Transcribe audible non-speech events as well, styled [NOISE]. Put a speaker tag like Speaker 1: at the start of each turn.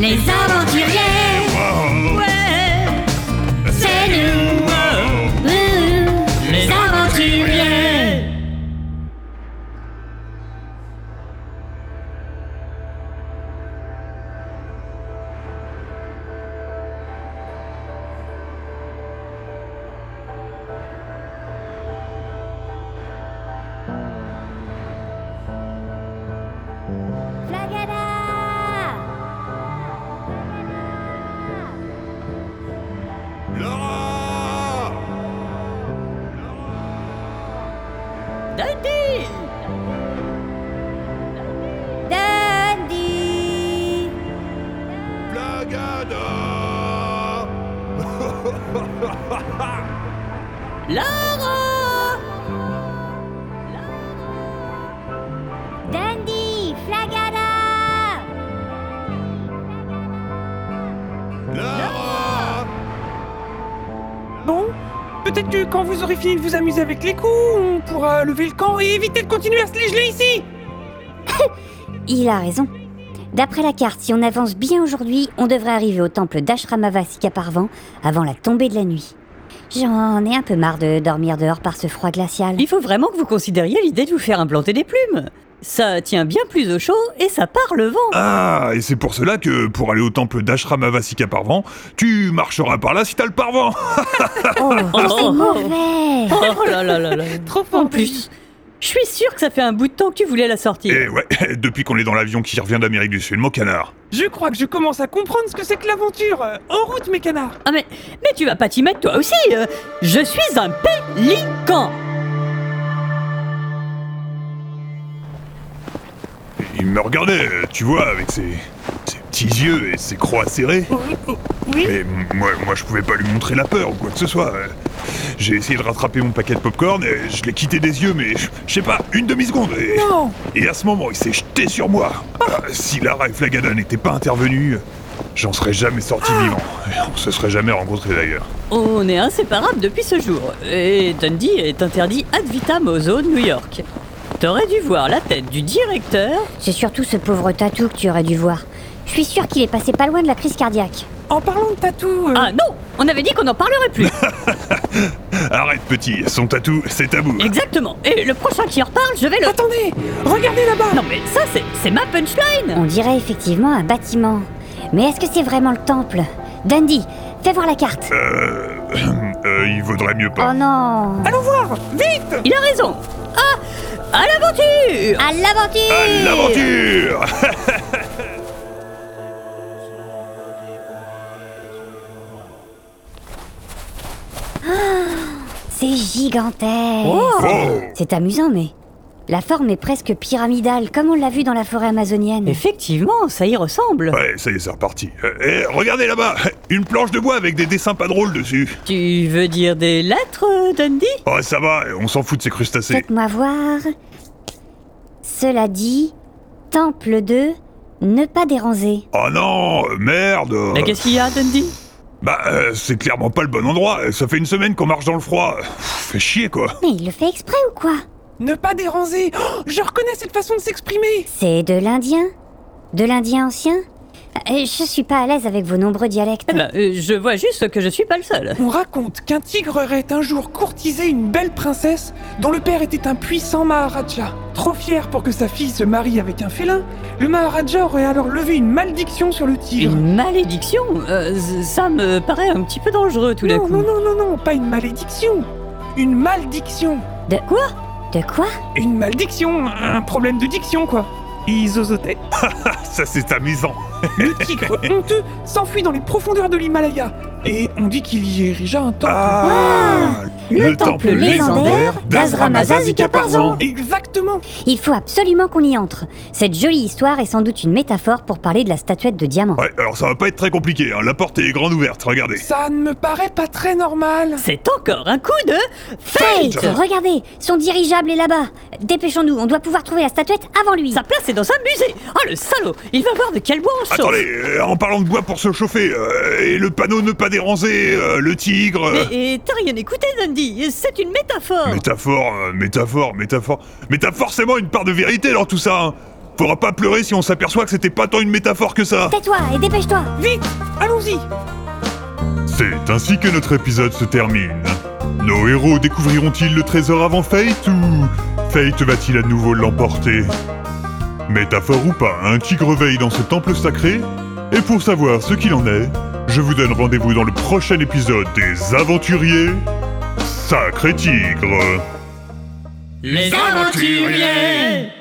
Speaker 1: Les aventuriers, ouais, c'est nous. Ouh, Les aventuriers. Flagada
Speaker 2: Laura
Speaker 1: Dundee
Speaker 2: Plagada
Speaker 1: Laura Dundee Flagada
Speaker 2: Laura
Speaker 3: Bon, peut-être que quand vous aurez fini de vous amuser avec les coups, on pourra lever le camp et éviter de continuer à se les geler ici
Speaker 4: Il a raison. D'après la carte, si on avance bien aujourd'hui, on devrait arriver au temple d'Ashramavasika Parvan avant la tombée de la nuit. J'en ai un peu marre de dormir dehors par ce froid
Speaker 5: [LAUGHS]
Speaker 4: glacial.
Speaker 5: Il faut vraiment que vous considériez l'idée de vous faire implanter des plumes. Ça tient bien plus au chaud et ça part le vent.
Speaker 2: Ah, et c'est pour cela que pour aller au temple d'Ashramavasika Parvan, tu marcheras par là si t'as le parvent
Speaker 4: Oh, c'est
Speaker 5: oh.
Speaker 4: mauvais
Speaker 5: [LAUGHS] Oh là là là là. Trop fort. En plus, je suis sûre que ça fait un bout de temps que tu voulais la sortir.
Speaker 2: Eh ouais, [LAUGHS] depuis qu'on est dans l'avion qui revient d'Amérique du Sud, mon canard
Speaker 3: Je crois que je commence à comprendre ce que c'est que l'aventure Euh, En route, mes canards
Speaker 5: Ah mais, mais tu vas pas t'y mettre toi aussi. euh. je suis un pélican.
Speaker 2: Il me regardait, tu vois, avec ses, ses petits yeux et ses croix serrées. Mais m- moi, moi, je pouvais pas lui montrer la peur ou quoi que ce soit. Euh, J'ai essayé de rattraper mon paquet de popcorn, et je l'ai quitté des yeux, mais je je sais pas, une demi-seconde. Et,
Speaker 3: Non
Speaker 2: et à ce moment, il s'est jeté sur moi. Ah, si Lara et Flagada n'étaient pas intervenus, j'en serais jamais sorti vivant. Et On se serait jamais rencontrés d'ailleurs.
Speaker 5: On est inséparables depuis ce jour. Et Dundee est interdit ad vitam aux zones New York. T'aurais dû voir la tête du directeur.
Speaker 4: C'est surtout ce pauvre tatou que tu aurais dû voir. Je suis sûre qu'il est passé pas loin de la crise cardiaque.
Speaker 3: En parlant de tatou, euh,
Speaker 5: Ah non, on avait dit qu'on n'en parlerait plus.
Speaker 2: Arrête, petit, son tatou, c'est tabou.
Speaker 5: Exactement. Et le prochain qui en reparle, je vais le...
Speaker 3: attendez Regardez là-bas
Speaker 5: Non mais ça, c'est- c'est ma punchline.
Speaker 4: On dirait effectivement un bâtiment. Mais est-ce que c'est vraiment le temple Dundee, fais voir la carte
Speaker 2: Euh, euh, il vaudrait mieux
Speaker 4: Oh
Speaker 2: pas.
Speaker 4: non
Speaker 3: Allons voir Vite
Speaker 5: Il a raison. Ah, à l'aventure
Speaker 4: À l'aventure
Speaker 2: À l'aventure
Speaker 4: C'est gigantesque
Speaker 2: Oh.
Speaker 4: C'est amusant, mais la forme est presque pyramidale, comme on l'a vu dans la forêt amazonienne.
Speaker 5: Effectivement, ça y ressemble.
Speaker 2: Ouais, ça y est, c'est reparti. Euh, eh, regardez là-bas Une planche de bois avec des dessins pas drôles dessus.
Speaker 5: Tu veux dire des lettres, euh, Dundee
Speaker 2: Oh, ça va, on s'en fout de ces crustacés.
Speaker 4: Faites-moi voir. Cela dit, temple 2, ne pas déranger.
Speaker 2: Oh non, euh, merde
Speaker 5: Mais qu'est-ce qu'il y a, Dundee
Speaker 2: Bah, euh, c'est clairement pas le bon endroit. Ça fait une semaine qu'on marche dans le froid. Pff, Fait chier, quoi. [LAUGHS]
Speaker 4: Mais il le fait exprès ou quoi
Speaker 3: Ne pas déranger Oh, Je reconnais cette façon de s'exprimer
Speaker 4: C'est de l'indien De l'indien ancien Euh, Je suis pas à l'aise avec vos nombreux dialectes.
Speaker 5: Eh ben, euh, Je vois juste que je suis pas le seul.
Speaker 3: On raconte qu'un tigre aurait un jour courtisé une belle princesse dont le père était un puissant Maharaja. Trop fier pour que sa fille se marie avec un félin, le Maharaja aurait alors levé une malédiction sur le tigre.
Speaker 5: Une malédiction Euh, z- Ça me paraît un petit peu dangereux tout d'un
Speaker 3: Non,
Speaker 5: coup.
Speaker 3: non, non, non, non, pas une malédiction. Une maldiction.
Speaker 4: De quoi De quoi
Speaker 3: Une maldiction, un problème de diction quoi. Ils osotaient.
Speaker 2: Ça, c'est amusant.
Speaker 3: Le
Speaker 5: [LAUGHS]
Speaker 3: tigre honteux s'enfuit dans les profondeurs de l'Himalaya. Et on dit qu'il y érigea un temple.
Speaker 2: Ah
Speaker 4: Le temple légendaire
Speaker 2: d'Azramazazikaparzan.
Speaker 3: Exactement
Speaker 4: Il faut absolument qu'on y entre. Cette jolie histoire est sans doute une métaphore pour parler de la statuette de diamant.
Speaker 2: Ouais, alors ça va pas être très compliqué, hein. la porte est grande ouverte, regardez.
Speaker 3: Ça ne me paraît pas très normal.
Speaker 5: C'est encore un coup de
Speaker 4: Fate
Speaker 5: fate
Speaker 4: Regardez, son dirigeable est là-bas. Dépêchons-nous, on doit pouvoir trouver la statuette avant lui.
Speaker 5: Sa place est dans un musée Ah le salaud Il va voir de quel bois on se chauffe
Speaker 2: Attendez, euh, en parlant de bois pour se chauffer, euh, et le panneau ne pas déranger, euh, le tigre... euh,
Speaker 5: Mais et t'as rien écouté, Dundee C'est une métaphore
Speaker 2: Métaphore, euh, métaphore, métaphore. Mais t'as forcément une part de vérité dans tout ça. hein. Faudra pas pleurer si on s'aperçoit que c'était pas tant une métaphore que ça
Speaker 4: Tais-toi et dépêche-toi
Speaker 3: Vite Allons-y
Speaker 2: C'est ainsi que notre épisode se termine. Nos héros découvriront-ils le trésor avant Fate ou Fate va-t-il à nouveau l'emporter Métaphore ou pas, un tigre veille dans ce temple sacré Et pour savoir ce qu'il en est, je vous donne rendez-vous dans le prochain épisode des Aventuriers Sacré Tigre
Speaker 5: Les aventuriers